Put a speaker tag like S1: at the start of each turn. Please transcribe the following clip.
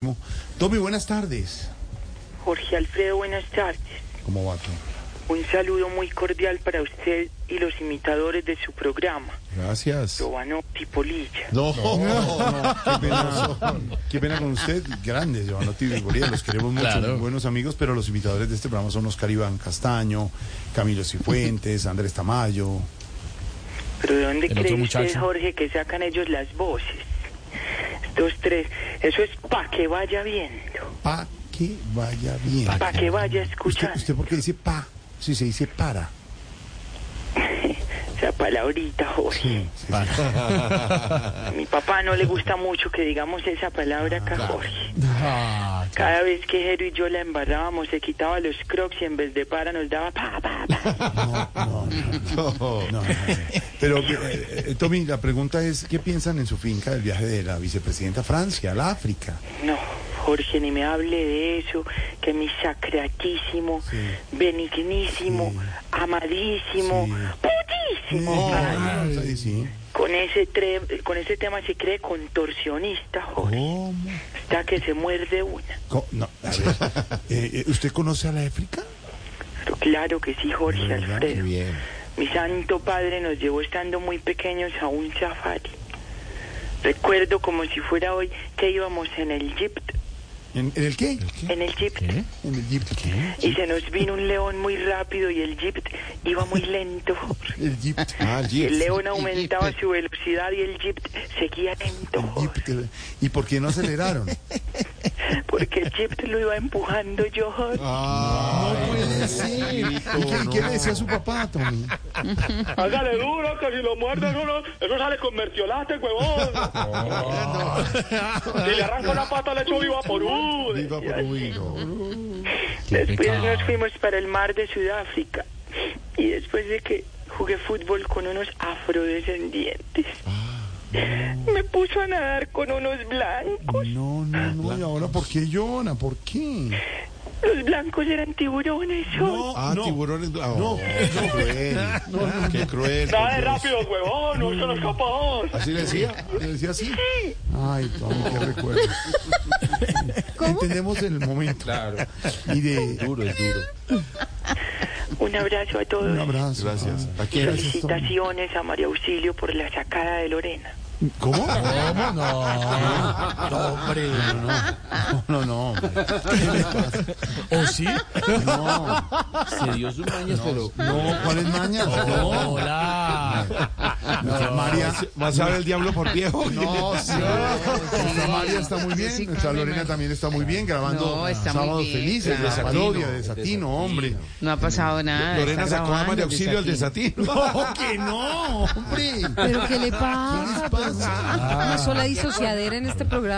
S1: mismo. Tommy, buenas tardes.
S2: Jorge Alfredo, buenas tardes.
S1: ¿Cómo va Tommy?
S2: Un saludo muy cordial para usted y los imitadores de su programa,
S1: Gracias.
S2: Giovanotti Polilla.
S1: No, no, no, qué pena, qué pena con usted. Grandes, Giovanotti y Bolívar, los queremos mucho,
S3: Claro.
S1: buenos amigos, pero los imitadores de este programa son Oscar Iván Castaño, Camilo Cifuentes, Andrés Tamayo.
S2: Pero ¿de dónde
S3: El
S2: cree
S3: otro
S2: usted,
S3: muchacho.
S2: Jorge, que sacan ellos las voces? Dos, tres. Eso es pa' que vaya viendo,
S1: Pa' que vaya bien.
S2: pa' que vaya
S1: Ah, ¿Usted,
S2: escuchando.
S1: ¿Usted por qué dice pa? Si se dice para.
S2: Esa palabrita, Jorge. A mi papá no le gusta mucho que digamos esa palabra
S1: Ah,
S2: acá, Jorge. Cada vez que Jero y yo la embarrábamos, se quitaba los crocs y en vez de para nos daba pa, pa, pa.
S1: No, no, no, no, no, no. Pero, eh, eh, Tommy, la pregunta es, ¿qué piensan en su finca del viaje de la vicepresidenta a Francia, al África?
S2: No, Jorge, ni me hable de eso, que mi sacratísimo,
S1: Sí.
S2: benignísimo,
S1: Sí.
S2: amadísimo,
S1: Sí.
S2: putísimo.
S1: Ah, sí, sí.
S2: Con ese, tre- con ese tema se cree contorsionista, Jorge,
S1: ¿Cómo?
S2: hasta que se muerde una.
S1: Co- No, a ver, eh, eh, ¿usted conoce a la África?
S2: Pero claro que sí, Jorge
S1: ¿Verdad?
S2: Alfredo. Mi santo padre nos llevó estando muy pequeños a un safari. Recuerdo como si fuera hoy que íbamos en el jeep,
S1: ¿En, en el qué?
S2: en el jeep,
S1: En el jeep.
S2: y se nos vino un león muy rápido y el jeep iba muy lento.
S1: El jeep. Ah, el
S2: El león aumentaba su velocidad y el jeep seguía lento, Jorge,
S1: jeep, eh, ¿Y por qué no aceleraron?
S2: porque el jeep lo iba empujando yo. Jorge.
S1: ¿Y qué, y qué le decía su papá, Tommy?
S4: Hágale duro, que si lo muerden uno, eso sale con mertiolate, huevón. Si le arranca una pata, le echo viva por uno.
S1: Viva por uy, no.
S2: Después
S3: pecado.
S2: nos fuimos para el mar de Sudáfrica y después de que jugué fútbol con unos afrodescendientes, me puso a nadar con unos blancos.
S1: No, no, no. ¿Y ahora por qué llora? ¿Por qué?
S2: Los blancos eran tiburones. Jorge.
S1: Ah, tiburones. No, no, cruel. Qué cruel.
S4: Dale rápido, huevón, no se nos escapamos.
S1: ¿Así le decía? ¿Le decía así? Ay, Tommy, qué recuerdo. Entendemos el momento. Claro. Y de... Duro, es duro.
S2: Un abrazo a todos.
S1: Un abrazo. Gracias. Aquí
S2: Felicitaciones a María Auxilio por la sacada de Lorena.
S1: ¿Cómo? ¿Cómo? No. No, hombre. No, no, no. hombre.
S3: ¿O sí?
S1: No.
S5: Se dio sus mañas, pero.
S1: No, ¿cuál es maña? No.
S3: Hola.
S1: Nuestra María.
S5: Más sabe el diablo por viejo.
S1: No, sí. Nuestra María está muy bien. Nuestra Lorena también está muy bien grabando
S6: No, está muy
S1: Sábados
S6: bien,
S1: Felices, la
S5: Desatino.
S1: parodia de Satino, hombre.
S6: No ha pasado nada.
S5: Lorena
S6: Ah, está
S5: sacó a
S6: grabando
S5: María Auxilio al
S6: desde aquí.
S5: desatino.
S1: No, que no, hombre.
S7: ¿Pero qué le
S1: ¿Qué les
S7: pasa?
S1: pasa?
S7: Una sola disociadera en este programa.